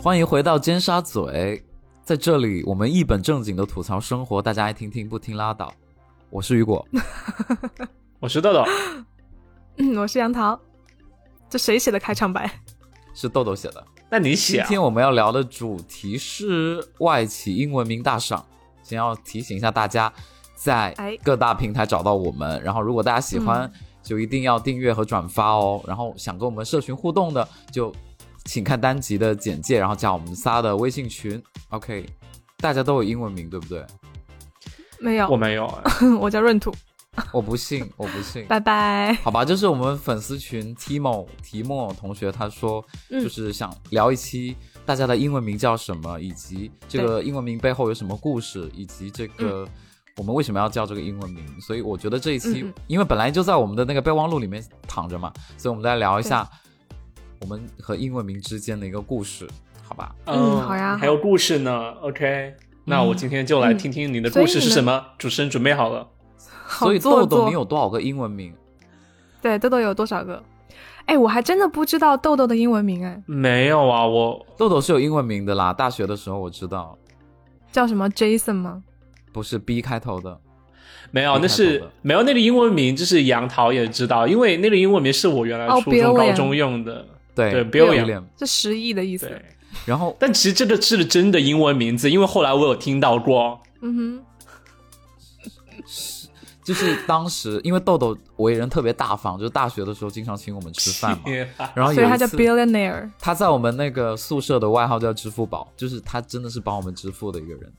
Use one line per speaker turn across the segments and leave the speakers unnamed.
欢迎回到尖沙咀，在这里我们一本正经的吐槽生活，大家爱听听不听拉倒。我是雨果，
我是豆豆，
嗯，我是杨桃。这谁写的开场白？
是豆豆写的。
那你写、
啊。今天我们要聊的主题是外企英文名大赏，先要提醒一下大家，在各大平台找到我们，哎、然后如果大家喜欢、嗯，就一定要订阅和转发哦。然后想跟我们社群互动的就。请看单集的简介，然后加我们仨的微信群。OK，大家都有英文名，对不对？
没有，
我没有、
哎， 我叫闰土。
我不信，我不信。
拜拜。
好吧，就是我们粉丝群 Timo 提莫同学，他说就是想聊一期大家的英文名叫什么，以及这个英文名背后有什么故事，以及这个。嗯我们为什么要叫这个英文名？所以我觉得这一期，嗯嗯因为本来就在我们的那个备忘录里面躺着嘛，所以我们再聊一下。我们和英文名之间的一个故事，好吧？
嗯，好呀，
还有故事呢。OK，、嗯、那我今天就来听听你的故事是什么。嗯、主持人准备好了。
所以豆豆，你有多少个英文名？
对，豆豆有多少个？哎，我还真的不知道豆豆的英文名哎。
没有啊，我
豆豆是有英文名的啦。大学的时候我知道，
叫什么 Jason 吗？
不是 B 开头的。
没有，那是没有那个英文名，就是杨桃也知道，因为那个英文名是我原来初中、
哦、
高中用的。
对
，Billion，
这十亿的意思。
然后，
但其实这个是真的英文名字，因为后来我有听到过。
嗯
哼，是，就是当时因为豆豆为人特别大方，就是大学的时候经常请我们吃 饭嘛。然后
所以他叫 Billionaire。
他在我们那个宿舍的外号叫支付宝，就是他真的是帮我们支付的一个人。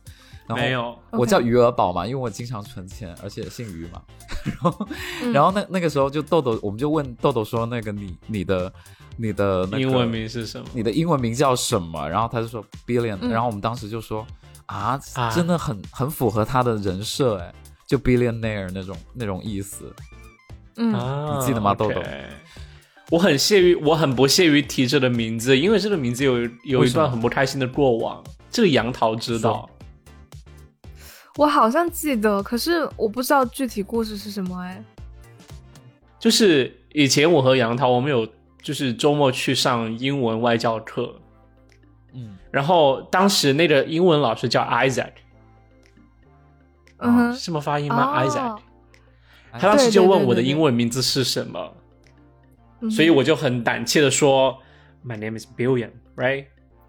然后
没有，
我叫余额宝嘛，因为我经常存钱，而且姓余嘛。 然后，嗯、然后那那个时候就豆豆，我们就问豆豆说：“那个你你的你的、那个、
英文名是什么？
你的英文名叫什么？”然后他就说 “billion”，、嗯、然后我们当时就说：“啊，啊真的很很符合他的人设，哎，就 billionaire 那种那种意思。”
嗯、
啊，
你记得吗，豆豆？
我很屑于，我很不屑于提这个名字，因为这个名字有有一段很不开心的过往。这个杨桃知道。
我好像记得，可是我不知道具体故事是什么哎。
就是以前我和杨涛，我们有就是周末去上英文外教课，
嗯，
然后当时那个英文老师叫 Isaac，
嗯哼，
哦是这么发音吗、
哦、
？Isaac，他当时就问我的英文名字是什么，
对对对
所以我就很胆怯的说、嗯、，My name is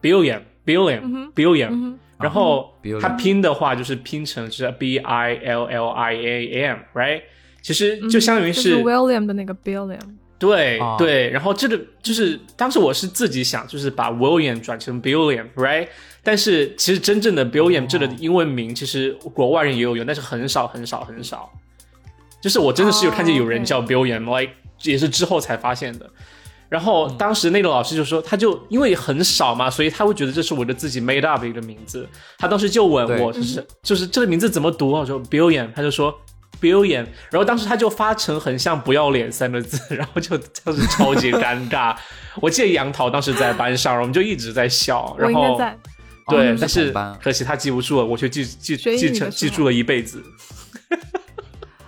Billion，right？Billion，Billion，Billion、
嗯。
Billion,
嗯
然后它拼的话就是拼成是 B I L L I A M，right？其实就相当于
是,、
嗯就是、
William 的那个 Billion。
对、
哦、
对，然后这个就是当时我是自己想，就是把 William 转成 Billion，right？但是其实真正的 Billion 这个英文名，其实国外人也有用，但是很少很少很少。就是我真的是有看见有人叫 Billion，like、哦 okay. 也是之后才发现的。然后当时那个老师就说，他就因为很少嘛，所以他会觉得这是我的自己 made up 的一个名字。他当时就问我，就是就是这个名字怎么读？我说 billion，他就说 billion。然后当时他就发成很像“不要脸”三个字， 然后就当时超级尴尬。我记得杨桃当时在班上，我们就一直在笑。然后对、
哦，
但是
班
可惜他记不住了，我却记记记成记住了一辈子。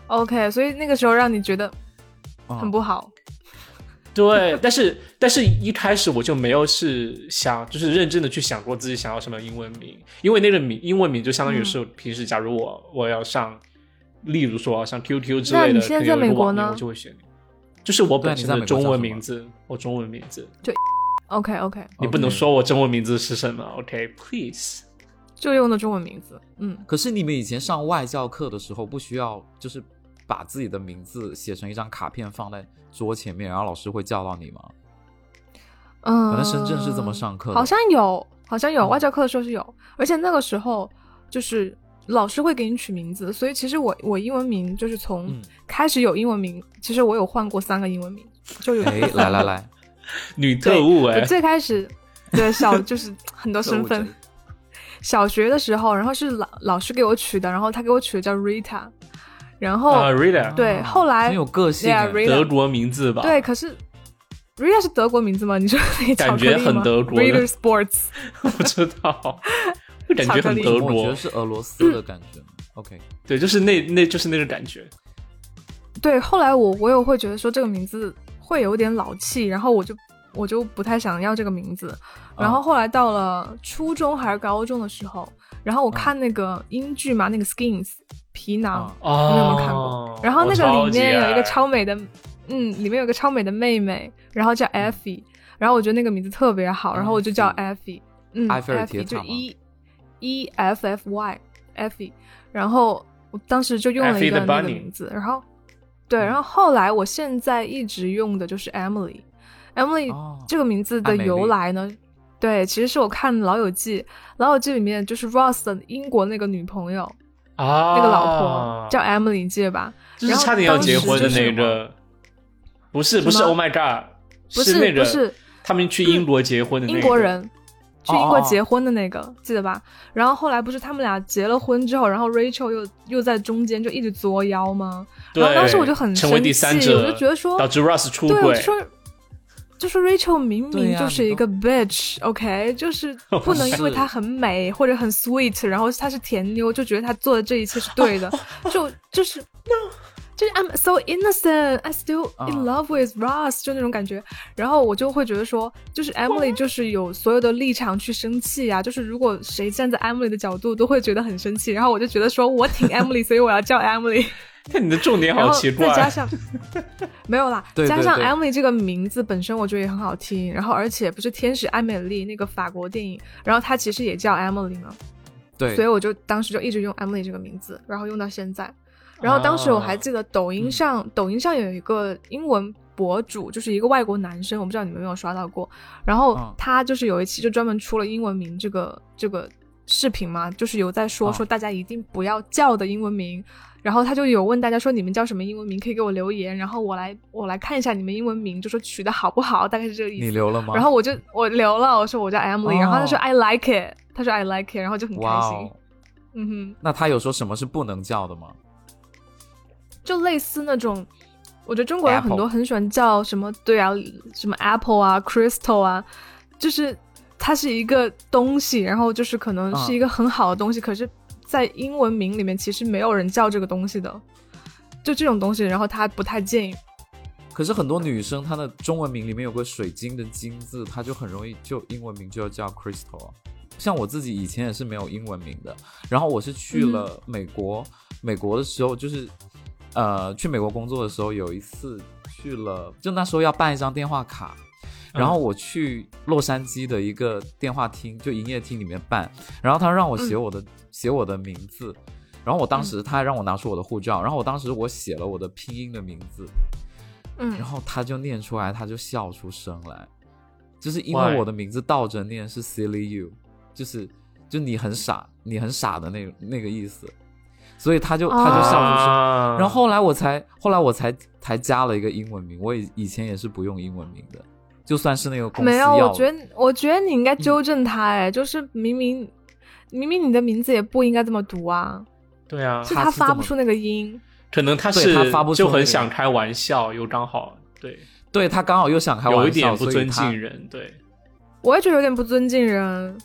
OK，所以那个时候让你觉得
嗯
很不好。哦
对，但是但是一开始我就没有是想，就是认真的去想过自己想要什么英文名，因为那个名英文名就相当
嗯
于是平时，假如我我要上，例如说像 QQ 之类的，
那你现在在美国呢？啊
我就会选，就是我本身的中文名字，我中文名字
就 OK OK，
你不能说我中文名字是什么，OK，please，、
okay, 就用的中文名字，嗯。
可是你们以前上外教课的时候，不需要就是。把自己的名字写成一张卡片放在桌前面，然后老师会叫到你吗？
嗯，
可能深圳是这么上课，
好像有，好像有、嗯、外教课的时候是有，而且那个时候就是老师会给你取名字，所以其实我我英文名就是从、
嗯、
开始有英文名，其实我有换过三个英文名，就有
哎来来来，
女特务哎、欸，
最开始对小就是很 多 身份，小学的时候，然后是老老师给我取的，然后他给我取的叫 Rita。然后、
uh, Rita,
对、啊，后来
很有个性、
啊 yeah,，
德国名字吧？
对，可是 Rita 是德国名字吗？你说那
感觉很德国
，Rita Sports，
我不知 道，感觉很德国，
我觉得是俄罗斯的感觉。嗯、OK，
对，就是那那就是那个感觉。
对，后来我我也会觉得说这个名字会有点老气，然后我就我就不太想要这个名字。然后后来到了初中还是高中的时候，然后我看那个英剧嘛，那个 Skins 皮囊，
哦
你们有没有看过？然后那个
我超
里
级
面有一
爱
个超美的，嗯，里面有个超美的妹妹，然后叫 Effie，然后我觉得那个名字特别好，然后我就叫 Effie，嗯
埃菲尔铁
，Effie
塔
就
吗
E E F F Y Effie，然后我当时就用了
Effie
一个
the
那个
Bunny
名字，然后对，然后后来我现在一直用的就是 Emily。Emily
哦
这个名字
艾
的
美
由
丽
来呢，对，其实是我看《老友记》，《老友记》里面就是 Ross 的英国那个女朋友，
啊，
那个老婆、
哦
叫
啊
Emily，你记得吧？
就是
然后
差点要
当
结
时
婚的
就
那
是
个，不是不是
什么
，Oh my god，
不是
那个
不是
他们去英国结婚的那
英
个
国，人。去
哦
英国
哦哦
结婚的那个，记得吧？然后后来不是他们俩结了婚之后，然后 Rachel 又又在中间就一直作妖吗？
对
然后当时我就很
成为
生
第三
气
者，
我就觉得说
导致 Russ 出
对，我
轨
就，说，就说 Rachel 明
对
明
呀
就是一个 bitch，OK，、就是不 能因为她很美或者很 sweet，然后她是甜妞，就觉得她做的这一切是对的，就就是就是 I'm so innocent, I still
啊
in love with Ross，就那种感觉。然后我就会觉得说，就是 Emily 就是有所有的立场去生气啊，就是如果谁站在 Emily 的角度，都会觉得很生气。然后我就觉得说我挺 Emily，所以我要叫 Emily。
看你的重点
然
好
后
奇怪
再，加 上没有啦，
对对
加上
对
Emily 这个名字本身我觉得也很好听，然后而且不是天使艾美丽那个法国电影，然后她其实也叫 Emily 嘛，
对
所以我就当时就一直用 Emily 这个名字，然后用到现在。然后当时我
哦
还记得抖
嗯
音上，抖音上有一个英文博主，就是一个外国男生，我不知道你们有没有刷到过。然后
嗯
他就是有一期就专门出了英文名这个这个视频嘛，就是有在说
嗯
说大家一定不要叫的英文名。然后他就有问大家说你们叫什么英文名，可以给我留言，然后我来我来看一下你们英文名，就说取的好不好，大概是这个意思。
你留了吗？
然后我就我留了，我说我叫 Emily，、
哦
然后他说 I like it，他说 I like it，然后就很开
哇
心。
哦，
嗯哼，
那他有说什么是不能叫的吗？
就类似那种，我觉得中国人很
Apple
多很喜欢叫什么对啊，什么 Apple 啊，Crystal 啊，就是它是一个东西，然后就是可能
嗯
是一个很好的东西，可是，在英文名里面其实没有人叫这个东西的，就这种东西，然后他不太建议。
可是很多女生她的中文名里面有个水晶的晶字，她就很容易就英文名就要叫 Crystal 啊。像我自己以前也是没有英文名的，然后我是去了美国，美国的时候就是，呃，去美国工作的时候有一次去了，就那时候要办一张电话卡，然后我去洛杉矶的一个电话厅，就营业厅里面办，然后他让我写我的、写我的名字，然后我当时他还让我拿出我的护照，然后我当时我写了我的拼音的名字，
嗯
然，后他就念出来，他就笑出声来，就是因
Why？
为我的名字倒着念是 silly you，就是就你很傻，你很傻的那那个意思，所以他就他就笑出声。
啊
然后后来我才后来我才才加了一个英文名，我以以前也是不用英文名的，就算是那个公司
没有，
要嗯的，
我觉得我觉得你应该纠正他，哎、就是明明明明你的名字也不应该这么读啊，
对啊，
是
他
他
是这
发不
么
出那个音。
可能他
对
是
他发不出
就
那
很
个
想开玩笑，又刚好对
对他刚好又想开玩笑，
有一点不
所以
尊
他
敬人，对
我也觉得有点不尊敬人，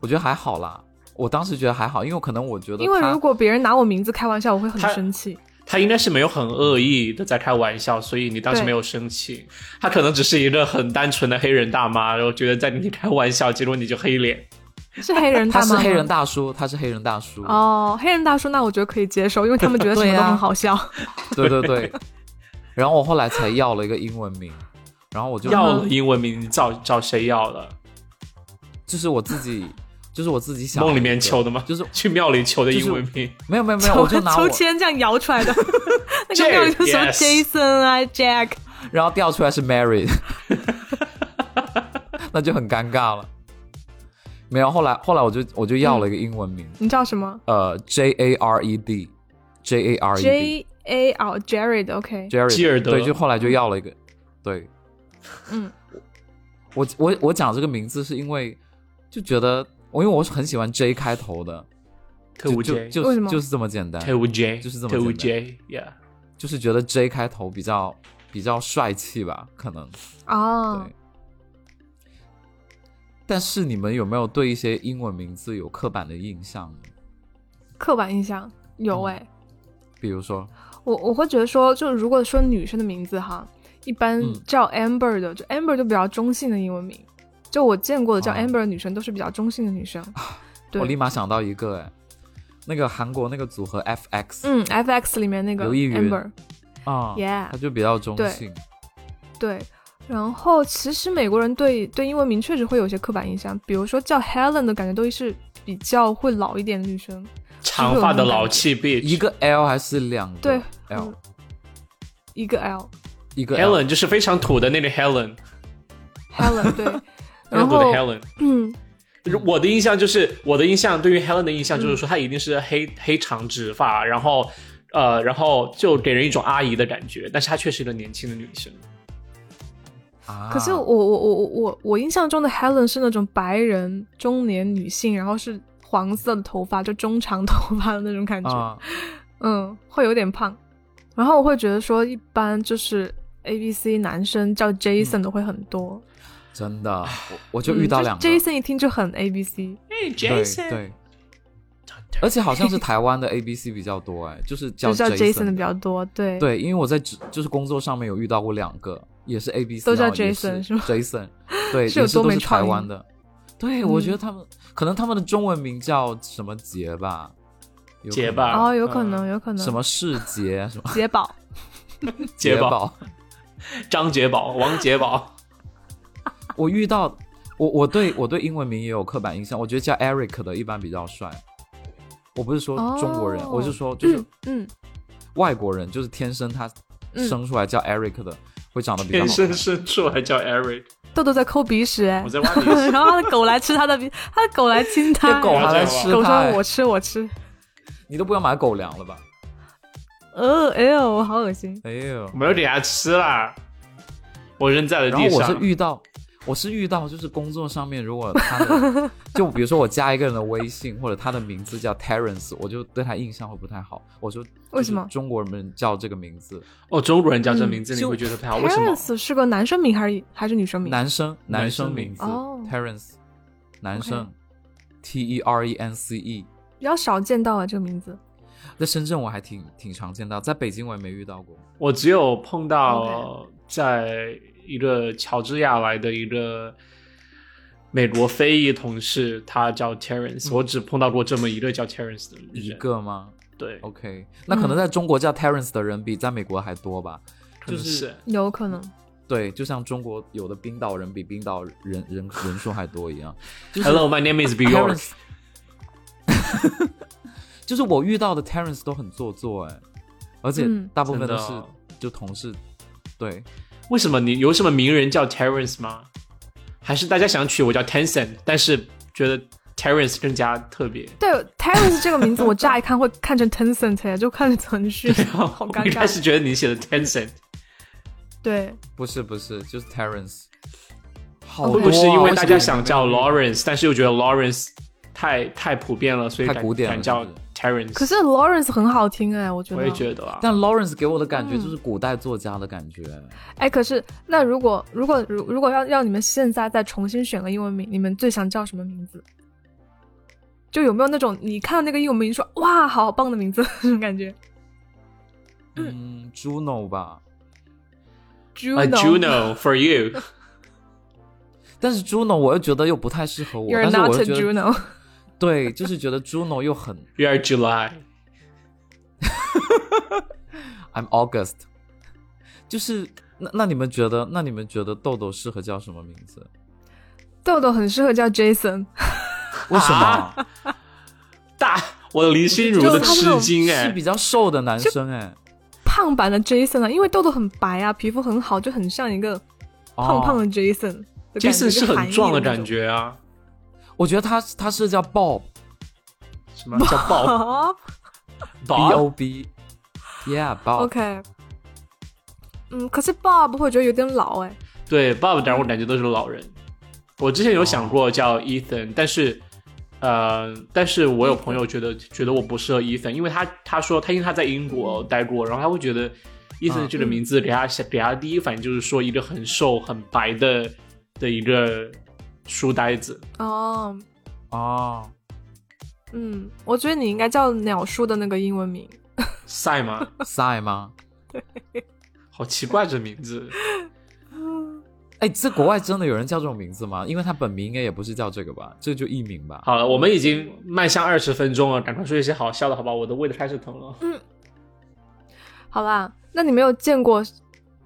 我觉得还好啦，我当时觉得还好，因为可能我觉得
因为
他
如果别人拿我名字开玩笑，我会很
他
生气。
他应该是没有很恶意的在开玩笑，所以你当时
对
没有生气，他可能只是一个很单纯的黑人大妈，然后觉得在跟你开玩笑，结果你就黑脸，
嗯是黑人大
他
妈
是
吗？
黑人大叔，他是黑人大叔，
哦，黑人大叔，那我觉得可以接受，因为他们觉得什么
对啊
都
呀
很好笑。
对对对。然后我后来才要了一个英文名，然后我就
要了英文名，你找找谁要了？
就是我自己，就是我自己想
梦里
了一
面
个
求的吗？
就是
去庙里求的
就是
英文名，
没有没有 没有，我就拿我
抽签这样摇出来 的，那
Jack，
个料就什么
yes
Jason 啊、Jack，
然后调出来是 Mary，那就很尴尬了。没有，后来后来我就我就要了一个英文
嗯
名，
你叫什么
呃，J A R E D，J A R E D。
？J A L Jared，OK，、
Jared，
基尔德
对，就后来就要了一个，对，
嗯，
我我我讲这个名字是因为就觉得我因为我是很喜欢 J 开头的，
特务
就就
J，
就
为什么
就是这么简单，
特务 J，
就是这么
特务
简
J，yeah。
就是觉得 J 开头比较比较帅气吧，可能
哦
对，。但是你们有没有对一些英文名字有刻板的印象呢？
刻板印象
嗯
有哎、
比如说，
我我会觉得说，就如果说女生的名字哈，一般
嗯
叫 Amber 的，就 Amber 就比较中性的英文名。就我见过的叫
哦
Amber 的女生都是比较中性的女生。对
我立马想到一个，哎，那个韩国那个组合 FX
嗯，FX 里面那个
刘亦云
Amber，
啊，
嗯 Yeah
他就比较中
对
性，
对。然后其实美国人对对英文名确实会有些刻板印象，比如说叫 Helen 的感觉都是比较会老一点的女生。
长发的老气 bitch，
一个 L 还是两个
对
L，
嗯一个 L
一个 L，
Helen 就是非常土的那个 Helen，
Helen 对，
非
然
常土的
后
Helen。
嗯
我的印象就是，我的印象对于 Helen 的印象就是说，她一定是黑、黑长直发，然后呃，然后就给人一种阿姨的感觉，但是她却是一个年轻的女生。
啊
可是我我我我我我印象中的 Helen 是那种白人中年女性，然后是黄色的头发，就中长头发的那种感觉，
啊，
嗯，会有点胖。然后我会觉得说，一般就是 A B C 男生叫 Jason 的会很多，
真的，我我嗯就遇
嗯
到两个
就，是 Jason 一听就很 A B C，
哎
对
，Jason，
对，而且好像是台湾的 ABC 比较多，哎，就是叫
就叫
Jason
Jason 的比较多，对，
对，因为我在职就是工作上面有遇到过两个，也是 A B C，
都叫 Jason 是
是
吗
Jason，对，
是
也
有
是
多
都
没
是台
创意
湾的。对，我觉
嗯
得他们可能他们的中文名叫什么杰吧，有可
杰
能
吧
哦，有可能，有可
嗯
能
什么世杰， 什么
杰宝，
杰宝
宝。
张杰宝、王杰宝，
我遇到我我对我对英文名也有刻板印象，我觉得叫 Eric 的一般比较帅。我不是说中国人，我是
哦
说就是
嗯，
外国人，就是天生他
嗯
生出来叫 Eric 的，会长得比较好
天
看
生。深处还叫 Eric，
豆豆在抠鼻屎，哎。
我在挖鼻屎
然后他的狗来吃他的鼻，他的狗来亲他，
这 狗还来
这样
吃
狗
它
说
哎
我吃我吃，
你都不要买狗粮了吧？
呃，哎呦，我好恶心。
哎呦
我，没有给他吃啦，我扔在了
然后
地
我是
上。
遇到，我是遇到就是工作上面，如果他的 就比如说我加一个人的微信，或者他的名字叫 Terence，我就对他印象会不太好。我说
为什么
就是中国人叫这个名字，
哦，中国人叫这名字，你
就
会觉得不好，为什么？
Terence 是个男生名还是还是女生名？
男生
男
男
生
生
名
名字
哦
Terence，男生 T E R E N C E，
比较少见到啊这个名字。
在深圳我还挺挺常见到，在北京我也没遇到过。
我只有碰到在一个乔治亚来的一个美国非裔同事，他叫 Terence，、我只碰到过这么一个叫 Terence 的人。
嗯一个吗
对，
？OK，那
嗯
可能在中国叫 Terence 的人比在美国还多吧。
可能
就是
是
有可能，
对，就像中国有的冰岛人比冰岛人人人人数还多一样。就是、
Hello, my name is Bjork。
Terence，就是我遇到的 Terence 都很做作哎，而且
嗯
大部分
真的
都
哦
是就同事，对，
为什么你有什么名人叫 Terence 吗？还是大家想取我叫 Tencent，但是觉得 Terence 更加特别？
对 Terence 这个名字，我乍一看会看成 Tencent，哎就看成腾讯， 好
我
尴
一开始
尬。
觉得你写的 Tencent，
对，
不是不是，就是 Terence。好多啊、
会哦不会是因为大家
为什么
想叫 Lawrence，但是又觉得 Lawrence 太太普遍了，所以
太
敢
古典了
敢叫
是不
Terence？
可是 Lawrence 很好听哎，我觉得。
我也觉得啊，
但 Lawrence 给我的感觉
嗯
就是古代作家的感觉，
哎，可是那如果如果如如果要让你们现在再重新选个英文名，你们最想叫什么名字？就有没有那种你看到那个英文名说哇好棒的名字那种感觉
嗯，Juno 吧。
A
？Juno，,
呃啊 Juno for you，
但是 Juno 我又觉得又不太适合我
You're
但是
not
我
a
又觉得
Juno。
对，就是觉得 Juno 又很
you are July。
I'm August，就是那那你们觉得那你们觉得豆豆适合叫什么名字？
豆豆很适合叫 Jason，
为什么？
啊大我林心如的吃惊
是
哎
比，较瘦的男生哎、
胖版的 Jason 啊，因为豆豆很白啊，皮肤很好，就很像一个胖胖的
哦
Jason 的感觉。
Jason 是
就韩
很
裔
壮的
那种
感。觉啊，
我觉得他他是叫 Bob
什么叫 爆
哦
B
爆？
O B，Yeah Bob。
，OK，嗯，可是 Bob 会觉得有点老哎，
对，爸爸当然我感觉都是老人。我之前有想过叫 Ethan，但是，呃，但是我有朋友觉得觉得我不适合 Ethan，因为他他说他因为他在英国待过，然后他会觉得 Ethan
嗯
这个名字给他想给他第一反应就是说一个很瘦很白的的一个书呆子，
哦，
哦，
嗯，我觉得你应该叫鸟叔的那个英文名，
赛吗？
赛吗？
好奇怪这名字。
哎，在国外真的有人叫这种名字吗？因为他本名应该也不是叫这个吧，这就艺名吧。
好了，我们已经迈向二十分钟了，赶快说一些好笑的，好吧？我的胃都开始疼了。
嗯，好啦，那你没有见过，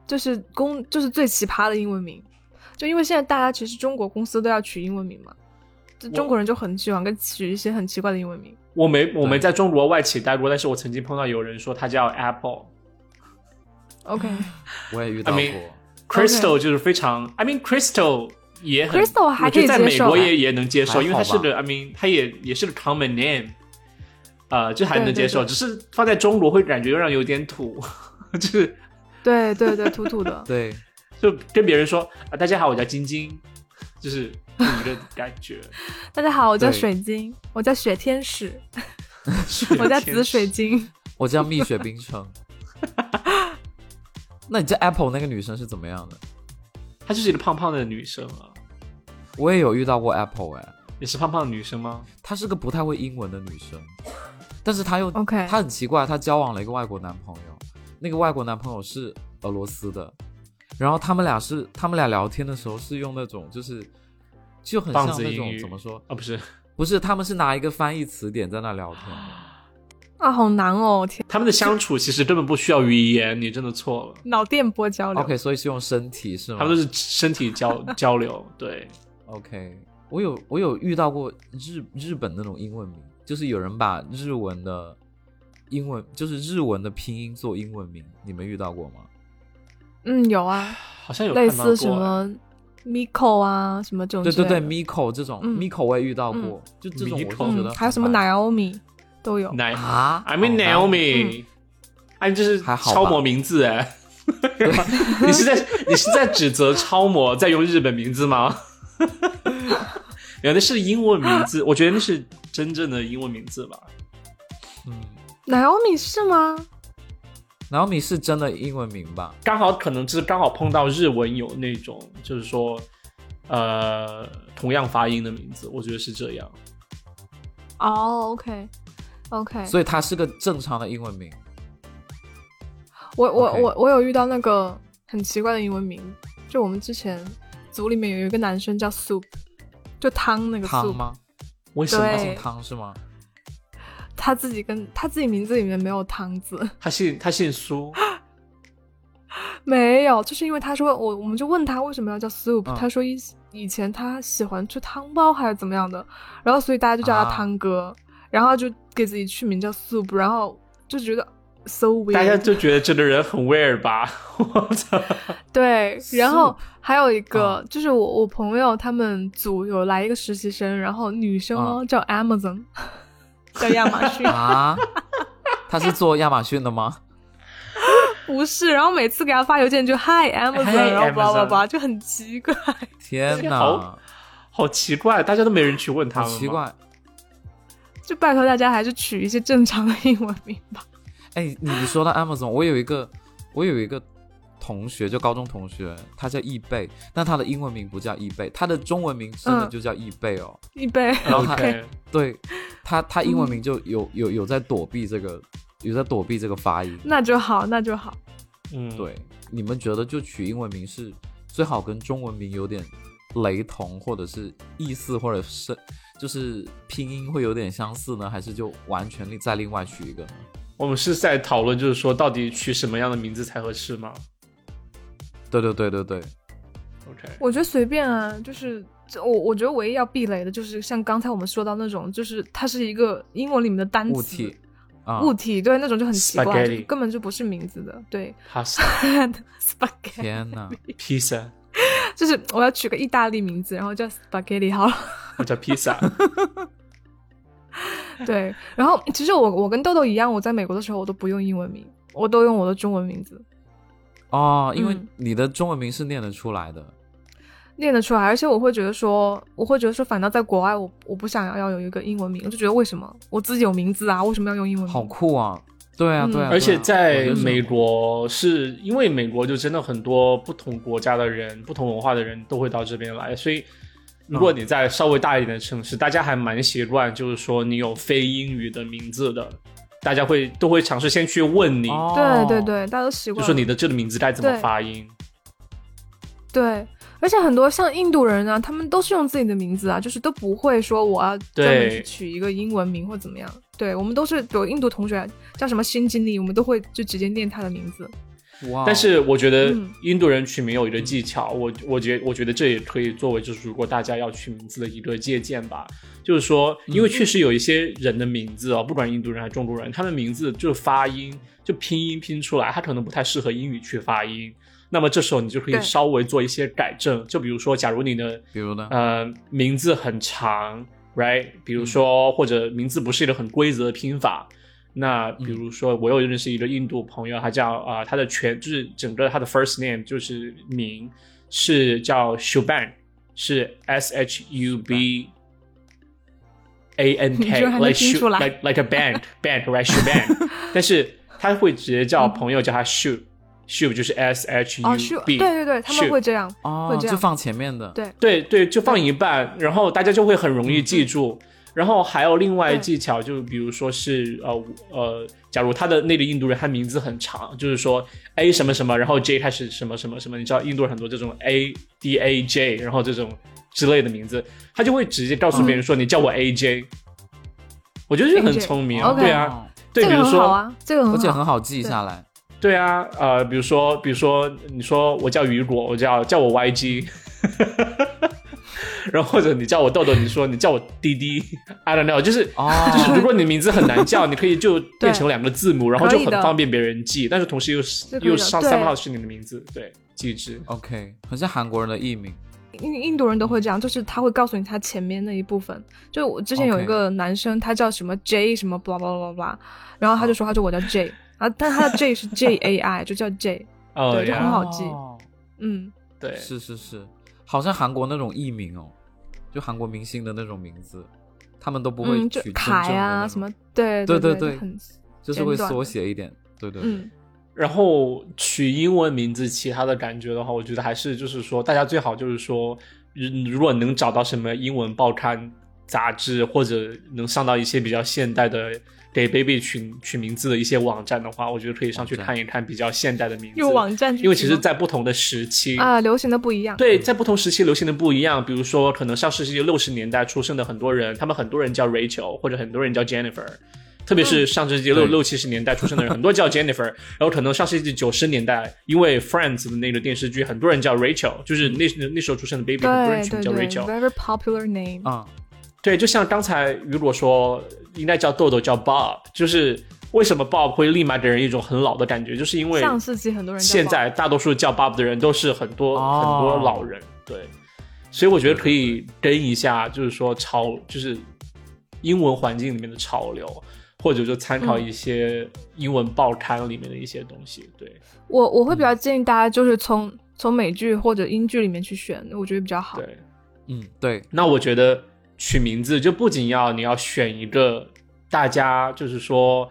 就是公，就是最奇葩的英文名，就因为现在大家其实中国公司都要取英文名嘛，就中国人就很喜欢跟取一些很奇怪的英文名。
我没我没在中国外企待过，但是我曾经碰到有人说他叫 Apple。
OK，
我也遇到过。
I mean, Crystal 就是非常，I mean Crystal 也很
，Crystal 还可以啊
在美国也也能接
还
受，
好
因为它是
吧。
个，I mean 它也也是个 common name，呃，就还能
对对
接受，
对
只是放在中国会感觉让有点土， 就是
对对对，土土的
对，
就跟别人说啊，大家好，我叫晶晶，就是这么一个感觉。
大家好，我叫
对
水晶，我叫雪天 使， 我叫紫水晶。
我叫蜜雪冰 城。那你这 Apple 那个女生是怎么样的？
她就是一个胖胖的女生啊，
我也有遇到过 Apple 哎，
你是胖胖的女生吗？
她是个不太会英文的女生，但是她又
OK
她很奇怪，她交往了一个外国男朋友，那个外国男朋友是俄罗斯的，然后他们俩是他们俩聊天的时候是用那种就是就很像
棒子
那
英
种
语
怎么说？
啊，不是，
不是，他们是拿一个翻译词典在那聊天的，
啊，好难哦！天，
他们的相处其实根本不需要语言，你真的错哦了，
脑电波交流。
OK，所以是用身体是吗？
他们都是身体 交交流，对。
OK，我有我有遇到过日日本那种英文名，就是有人把日文的英文就是日文的拼音做英文名，你们遇到过吗？
嗯，有啊，
好像有
类
看到过
似什么 Miko 啊，什么这种
哎对
之
对
类的。
对，Miko 这种、
嗯
Miko 我也遇到过，
嗯
就这种我就
Miko
觉得
嗯，
很
还有什么
烦
Naomi 都有。
奶
啊
，I mean
好吧嗯
Naomi，哎，这是
还好吧
超模名字 哎，你是在你是在指责超模在用日本名字吗？ 有的是英文名 字，我觉得那是真正的英文名字吧。
嗯
Naomi 是吗？
，Naomi 是真的英文名吧？
刚好可能就是刚好碰到日文有那种，就是说，呃，同样发音的名字，我觉得是这样。
哦，OK，OK、o k OK，
所以它是个正常的英文名。
我我
OK
我我有遇到那个很奇怪的英文名，就我们之前组里面有一个男生叫 Soup，就汤那个
汤
Soup，
吗？
为什么
他
对
姓汤是吗？
他自己跟他自己名字里面没有汤字，
他姓他姓苏？
没有，就是因为他说我我们就问他为什么要叫 Soup，、
嗯
他说以以前他喜欢吃汤包还是怎么样的，然后所以大家就叫他
啊
汤哥，然后他就给自己取名叫 Soup，然后就觉得 so weird，
大家就觉得这个人很 weird 吧？ 我操！
对，然后
Soup，
还有一个、
嗯
就是我我朋友他们组有来一个实习生，然后女生
嗯
哦、叫 Amazon，叫亚马逊
啊，他是做亚马逊的吗？
不是，然后每次给他发邮件就 Hi Amazon，
Hi,
然后叭叭
Amazon
叭就很奇怪，
天哪
好，好奇怪，大家都没人去问他
好
们。
奇。怪。
就拜托大家还是取一些正常的英文名吧。
哎，你你说到 Amazon，我有一个我有一个同学，就高中同学，他叫易贝，但他的英文名不叫易贝，他的中文名真的
嗯
就叫易贝哦。
一杯，
然后他
OK，
对他，他英
嗯
文名就有有有在躲避这个，有在躲避这个发音。
那就好，那就好。
嗯，
对，你们觉得就取英文名是最好跟中文名有点雷同，或者是意思，或者是就是拼音会有点相似呢，还是就完全另再另外取一个呢？
我们是在讨论，就是说到底取什么样的名字才合适吗
对对对对对，
？OK，
我觉得随便啊，就是这我我觉得唯一要避雷的就是像刚才我们说到那种，就是它是一个英文里面的单词，
物体啊，
物体对那种就很奇怪，
Spaghetti
就根本就不是名字的。 对
pasta
，spaghetti
天哪！
pizza，
就是我要取个意大利名字，然后叫 spaghetti 好了。
我叫 pizza。
对，然后其实我我跟豆豆一样，我在美国的时候我都不用英文名，我都用我的中文名字，
哦，因为
嗯
你的中文名是念得出来的，
念得出来。而且我会觉得说，我会觉得说，反倒在国外我我不想要要有一个英文名，我就觉得为什么我自己有名字啊，为什么要用英文名？
好酷啊！对啊，
嗯
对啊，
而且
对啊
在
我就是
美国，是因为美国就真的很多不同国家的人、不同文化的人都会到这边来，所以如果你在稍微大一点的城市，大家还蛮习惯，就是说你有非英语的名字的。大家会都会尝试先去问你，
哦
对对对，大家都习
哦就
惯了。
说你的这个名字该怎么发音。
对，而且很多像印度人啊，他们都是用自己的名字啊，就是都不会说我要专门去
对
取一个英文名或怎么样。对我们都是，比如印度同学叫什么辛金利，我们都会就直接念他的名字。
哇，哦
但是我觉得
嗯
印度人取名有一个技巧，我我觉我觉得这也可以作为就是如果大家要取名字的一个借鉴吧。就是说，
嗯
因为确实有一些人的名字哦，不管印度人还是中国人，他们名字就是发音就拼音拼出来，他可能不太适合英语去发音。那么这时候你就可以
对
稍微做一些改正，就比如说，假如你的
比如呢？
呃，名字很长，right？比如说，或者名字不是一个很规则的拼法。那比如说，我有认识一个印度朋友，他叫啊、呃他的全就是整个他的 first name 就是名是叫 Shuban，是 S H U B A N
你居
K，
然还能
like
拼出
shoot
来
like like a band band right Shuban，但是他会直接叫朋友叫他 Shu Shu 就是 S H
哦，
U
是，对
B，
对对，他们
Shoot
会这样。
哦
会，这样
就放前面的，
对
对对，就
嗯
放一半，然后大家就会很容易记住。然后还有另外
对
技巧，
嗯
就比如说是呃呃，假如他的那个印度人，他名字很长，就是说 A 什么什么，然后 J 开始什么什么什么，你知道印度人很多这种 A D A J，然后这种之类的名字，他就会直接告诉别
嗯
人说你叫我 A J，、我觉得这
AJ
很聪明，
OK
对啊，
哦，
对，
这
比
个
如
很
说、
好啊，这个
嗯而
很
且
好。
很好记下来。
对啊，呃，比如说，比如说，你说我叫雨果，我叫叫我 YG，然后或者你叫我豆豆，你说你叫我滴滴，I don't know，就是、
哦，
就是， 如果你名字很难叫，你可以就
对
变成两个字母，然后就
可以
很
的
方便别人记，但是同时又是
是可以的
又上
对
三号是你的名字，对，记之。
OK，很像韩国人的艺名。
印印度人都会这样，就是他会告诉你他前面那一部分。就我之前有
OK
一个男生，他叫什么 J 什么 blah blah blah blah，然后他就说他说我叫 J，啊，但他的 J 是 J A I，就叫 J，
哦
对就很
呀，
好记
哦
嗯，
对，
是是是，好像韩国那种艺名哦，就韩国明星的那种名字，他们都不会
嗯，就
取真正的
凯
那
啊
种
什么，，对
对
对
对对
很
就是会
简短的
缩写一点。对对，对
嗯，
然后取英文名字，其他的感觉的话，我觉得还是就是说，大家最好就是说，如如果能找到什么英文报刊、杂志，或者能上到一些比较现代的给 baby 取取名字的一些网站的话，我觉得可以上去
网站
看一看比较现代的名字。
用网站去取吗，
因为其实，在不同的时期
啊流行的不一样，
对，在不同时期流行的不一样。比如说，可能上世纪六十年代出生的很多人，他们很多人叫 Rachel，或者很多人叫 Jennifer。特别
嗯
是上世纪六
对
六七十年代出生的人，很多叫 Jennifer，然后可能上世纪九十年代，因为 Friends 的那个电视剧，很多人叫 Rachel，就是那那时候出生的 baby，很多人
嗯对
取名
对
叫
对
Rachel。
，very popular name，
啊，
对，就像刚才雨果说，应该叫豆豆叫 Bob，就是为什么 Bob 会立马给人一种很老的感觉，就是因为
上世纪很多人叫
现
Bob
在大多数叫 Bob 的人都是很多、
哦
很多老人，对，所以我觉得可以跟一下，就是说潮，就是英文环境里面的潮流，或者就参
嗯
考一些英文报刊里面的一些东西，对，
我我会
嗯
比较建议大家就是从从美剧或者英剧里面去选，我觉得比较好。
对。
嗯，对，
那我觉得取名字就不仅要你要选一个大家就是说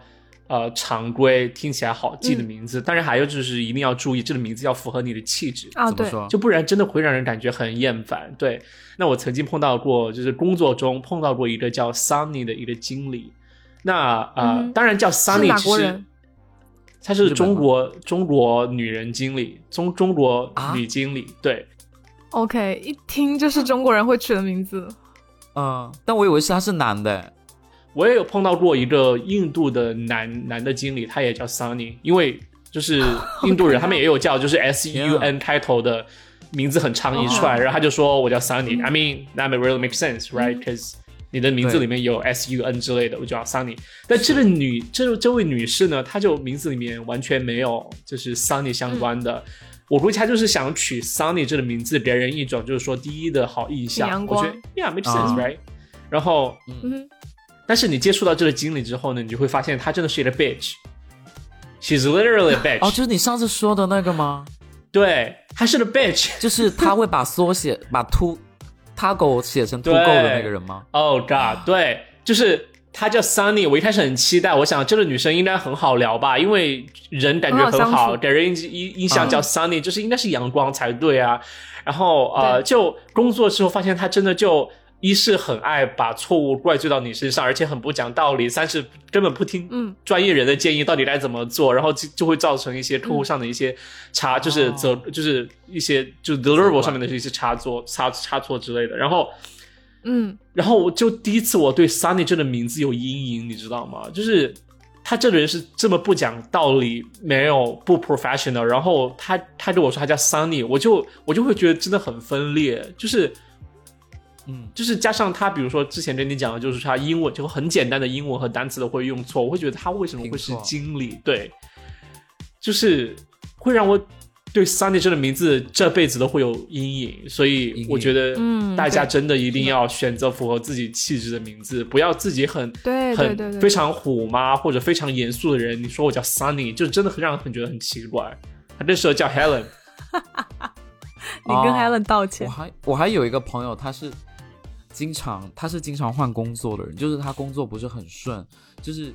呃常规听起来好记的
嗯
名字，当然还有就是一定要注意这个名字要符合你的气质。
啊，
怎么
对，
说？
就不然真的会让人感觉很厌烦。对，那我曾经碰到过，就是工作中碰到过一个叫 Sunny 的一个经理。那呃，
嗯哼
当然叫
是
Sunny，
哪
其
国
实
人
她
日
是
本吗
中国中国女人经理，中中国
啊
女经理。对，
OK，一听就是中国人会取的名字。
嗯，但我以为是他是男的，
我也有碰到过一个印度的男男的经理，他也叫 Sunny，因为就是
哦
印度人，他们也有叫就是 S E
天
U
啊
N 开头的名字很长一串，
哦
然后他就说我叫
嗯
Sunny。I mean that really makes sense, right? Because 你的名字
对
里面有 S E U N 之类的，我叫 Sunny。但这个女这这位女士呢，她就名字里面完全没有就是 Sunny 相关
嗯
的。我估计她就是想取 Sunny 这个名字给人一种就是说第一的好印象，
阳
我
光哦
觉得 Yeah, makes
啊
sense, right？、然后
嗯
但是你接触到这个经理之后呢，你就会发现他真的是一个 bitch。She's literally a bitch、
哦，就是你上次说的那个吗？
对，她是个 bitch。
就是他会把缩写把 to tago 写成 to go 的那个人吗？
Oh
啊
god，对，就是她叫 Sunny。我一开始很期待，我想这个女生应该很好聊吧，因为人感觉
很好
很
相
好，
处
给人印印印
嗯
象叫 Sunny，、就是应该是阳光才对啊。然后呃，
对
就工作之后发现她真的就一是很爱把错误怪罪到你身上，而且很不讲道理；三是根本不听
嗯
专业人的建议，到底该怎么做，然后就就会造成一些客
嗯
户上的一些差，就是
哦
责，就是一些就是 deliverable 上面的一些差错、差差错之类的。然后，
嗯
然后我就第一次我对 Sunny 这个名字有阴影，你知道吗？就是他这个人是这么不讲道理，没有不 professional，然后他他跟我说他叫 Sunny，我就我就会觉得真的很分裂，就是
嗯，
就是加上他，比如说之前跟你讲的，就是他英文就很简单的英文和单词都会用错，我会觉得他为什么会是
听错
经理？对，就是会让我对 Sunny 这个名字这辈子都会有阴影，所以
阴
我
影
觉得
嗯
大家真的一定要选择符合自己气质的名字，不要自己很
对对对
很
对
非常虎妈或者非常严肃的人，你说我叫 Sunny，就真的很让人很觉得很奇怪。他那时候叫 Helen，
你跟
哦
Helen 道歉
我，还我还有一个朋友，他是经常他是经常换工作的人，就是他工作不是很顺，就是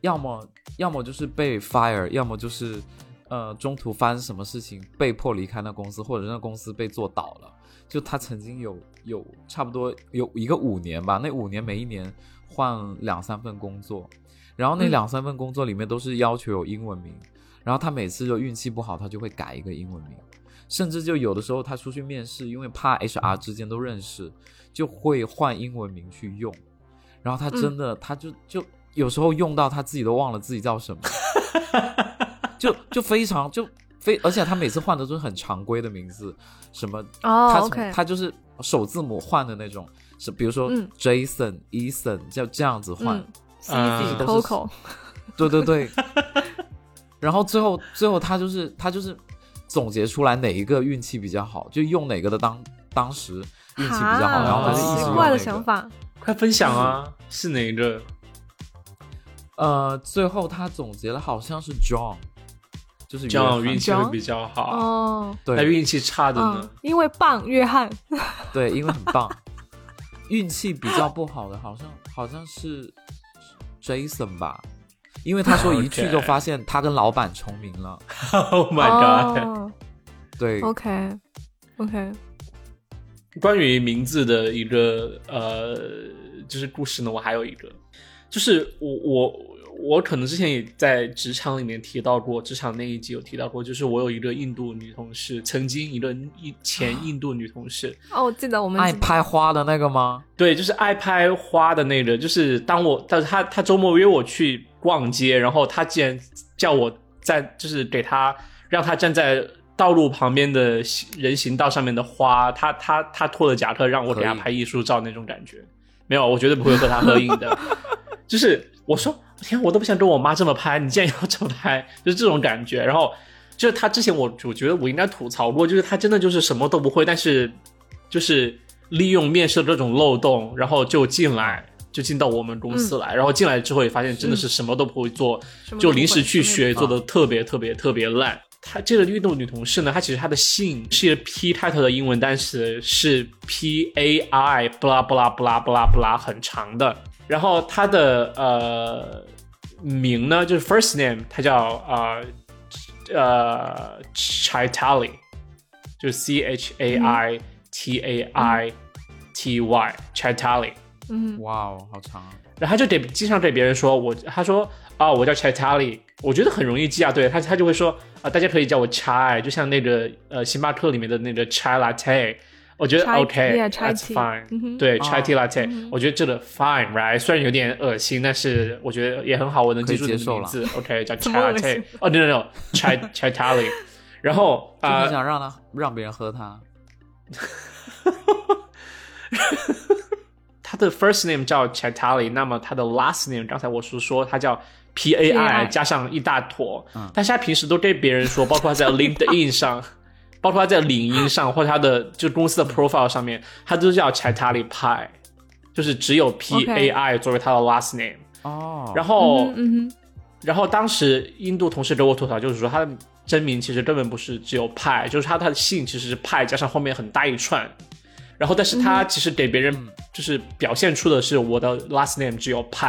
要么要么就是被 fire，要么就是呃中途发生什么事情被迫离开那公司，或者那公司被做倒了。就他曾经有有差不多有一个五年吧，那五年每一年换两三份工作，然后那
嗯
两三份工作里面都是要求有英文名，然后他每次就运气不好，他就会改一个英文名。甚至就有的时候他出去面试，因为怕
嗯
HR 之间都认识，就会换英文名去用。然后他真
嗯
的，他就就有时候用到他自己都忘了自己叫 什么，就就非常就非，而且他每次换的都是很常规的名字，什么
哦
他从、
，OK，
他就是首字母换的那种，是比如说
嗯
Jason、Ethan 就这样子换，
嗯
嗯
，Cici
呃都是
Coco，
对对对。 然后最后最后他就是他就是总结出来哪一个运气比较好，就用哪个的当当时运气比较好，
哈
然后他就一
哦
直
啊奇
用
怪
那个。
的想法，
快分享
嗯
啊，是哪一个？
呃，最后他总结了好像是 John，就是
这样
约翰
运气会比较
啊
好。
哦，
那
对
运气差的
嗯
呢？，
因为棒，约翰，
对，因为很棒。运气比较不好的好像好像是 Jason 吧，因为他说一 去就
OK
发现他跟老板重名了。
Oh my god！、
哦
对，
，OK OK，
关于名字的一个呃，就是故事呢，我还有一个，就是我我我可能之前也在职场里面提到过，职场那一集有提到过，就是我有一个印度女同事，曾经一个一前印度女同事，
哦，我记得我们
爱拍花的那个吗？
对，就是爱拍花的那个，就是当我，但是他他周末约我去逛街，然后他竟然叫我在，就是给他让他站在道路旁边的行人行道上面的花，他他他脱了夹克让我给他
可以
拍艺术照那种感觉，没有，我绝对不会和他合影的， 就是我说天，我都不想跟我妈这么拍，你竟然要这么拍，就是这种感觉。然后就是他之前我我觉得我应该吐槽过，就是他真的就是什么都不会，但是就是利用面试的这种漏洞，然后就进来。就进到我们公司来，然后进来之后也发现真的是什么都不会做，
什么
就
都不
临时
会
去
什么啊
学，
也不
做的特别特别特别烂。她这个运动女同事呢，她其实她的姓是一个 P 开头的英文单词，是 P A I 不啦不啦不啦不啦不啦，很长的。然后她的呃名呢，就是 first name，她叫呃呃 Chaitali，就是 C H A I T A I T Y Chaitali。
嗯，
哇哦，好长啊！
然后他就得经常对别人说，我他说啊、我叫 Chaitali，我觉得很容易记啊。对他，他就会说啊、大家可以叫我 Chai，就像那个呃星巴克里面的那个 Chai Latte，我觉得
Chai- yeah, Chai
OK，that's
tea
fine，、
嗯哼
对
哦
Chai tea latte，、我觉得这个 fine，right？虽然有点恶心，但是我觉得也很好，我能
可
记
以
住你
接
的
受
名
了
字。OK，叫 Chai
么恶
Latte，
心
哦，no no no，Chai Chaitali，然后
就
啊、
很想让他让别人喝它。
他的 first name 叫 Chaitali，那么他的 last name 刚才我是说他叫 P A I
PAI
加上一大坨，
嗯
但是他平时都对别人说， 包括他在 LinkedIn 上，包括他在领英上或者他的就公司的 profile 上面，他都叫 Chaitali Pai，就是只有 P A I 作为他的 last name。
哦，
然后，
嗯哼
然后当时印度同事给我吐槽，就是说他的真名其实根本不是只有派，就是他他的姓其实是派加上后面很大一串，然后但是他其实给别人就是表现出的是我的 last name 只有派，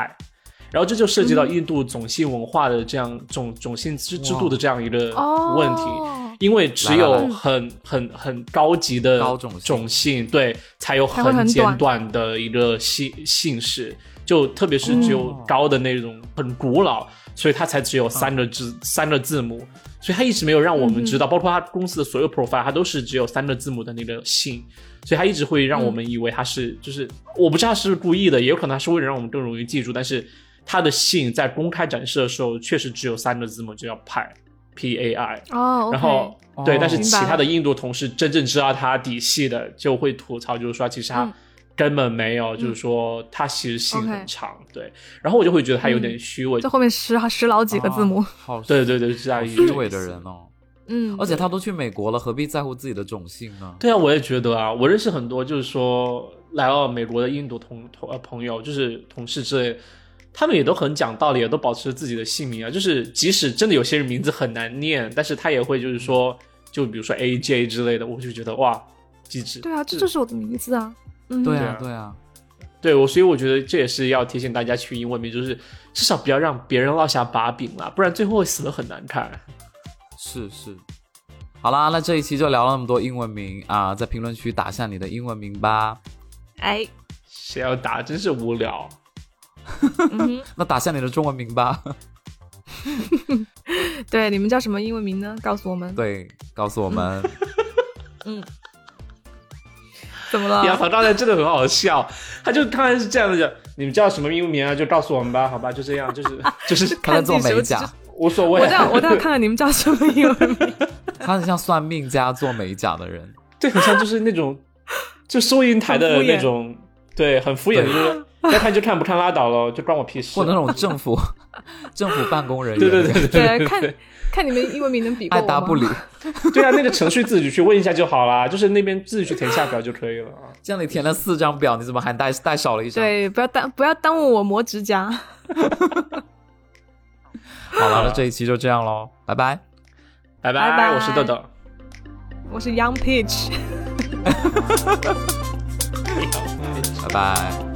然后这就涉及到印度种姓文化的这样种种姓制制度的这样一个
嗯哼，哦，
问题。因为只有很很很高级的
高种姓
种姓，对，才有
才会很
简
短
短的一个姓姓氏，就特别是只有
哦
高的那种很古老，所以它才
嗯
只有三个字、三个字母，所以它一直没有让我
嗯
们知道，包括它公司的所有 profile，它都是只有三个字母的那个姓，所以它一直会
嗯
让我们以为它是、就是我不知道它是不是故意的，也有可能它是为了让我们更容易记住，但是它的姓在公开展示的时候确实只有三个字母，就叫 pi p a i。
哦，
然后
OK
对，
哦
但是
明
其
白
他
了
的印度同事真正知道他底细的，就会吐槽，就是说其实他
嗯
根本没有，就是
嗯
说他其实性很
OK
长，对。然后我就会觉得他有点
嗯
虚伪，
这后面十十老几个字母
啊，好
对对对，是这样
好
一个
虚伪的
意思
人哦。
嗯，
而且他都去美国了，何必在乎自己的种姓呢？
对啊，我也觉得啊，我认识很多就是说来到美国的印度同同呃朋友，就是同事之类，他们也都很讲道理，也都保持自己的姓名啊。就是即使真的有些人名字很难念，但是他也会就是说，就比如说 A J 之类的，我就觉得哇，机智。
对啊，这就是我的名字啊，嗯，
对啊
对啊，
对啊，
对我，所以我觉得这也是要提醒大家去英文名，就是至少不要让别人落下把柄啦，不然最后会死的很难看。
是是。好啦，那这一期就聊了那么多英文名啊、在评论区打下你的英文名吧。
哎，
谁要打真是无聊。
嗯哼
那打下你的中文名吧。
对，你们叫什么英文名呢？告诉我们，
对，告诉我们。
怎么
杨
了？
凡刚才真的很好笑，他就刚才是这样子讲，你们叫什么英文名啊？就告诉我们吧，好吧，就这样，就是就是
他在做
看自己
美
手
甲
指，
无所
我
谓。
这样，我这样看看你们叫什么英文 名？
他很像算命家做美甲的 人。
对，很像就是那种就收银台的
很敷衍
那种，对，很敷衍的，就是要看就看，不看拉倒了，就关我屁事
或。者那种政府政府办公人员，
对对对对
对，
对，
看看你们英文名能比过
爱
我吗
答不理。
对啊，那个程序自己去问一下就好啦，就是那边自己去填下表就可以了啊。
这样你填了四张表，你怎么还带带少了一张？
对，不要耽不要耽误我磨指甲。
好了，那这一期就这样喽，拜拜。
拜
拜拜
我是豆豆。
我是 Young Peach。
拜拜。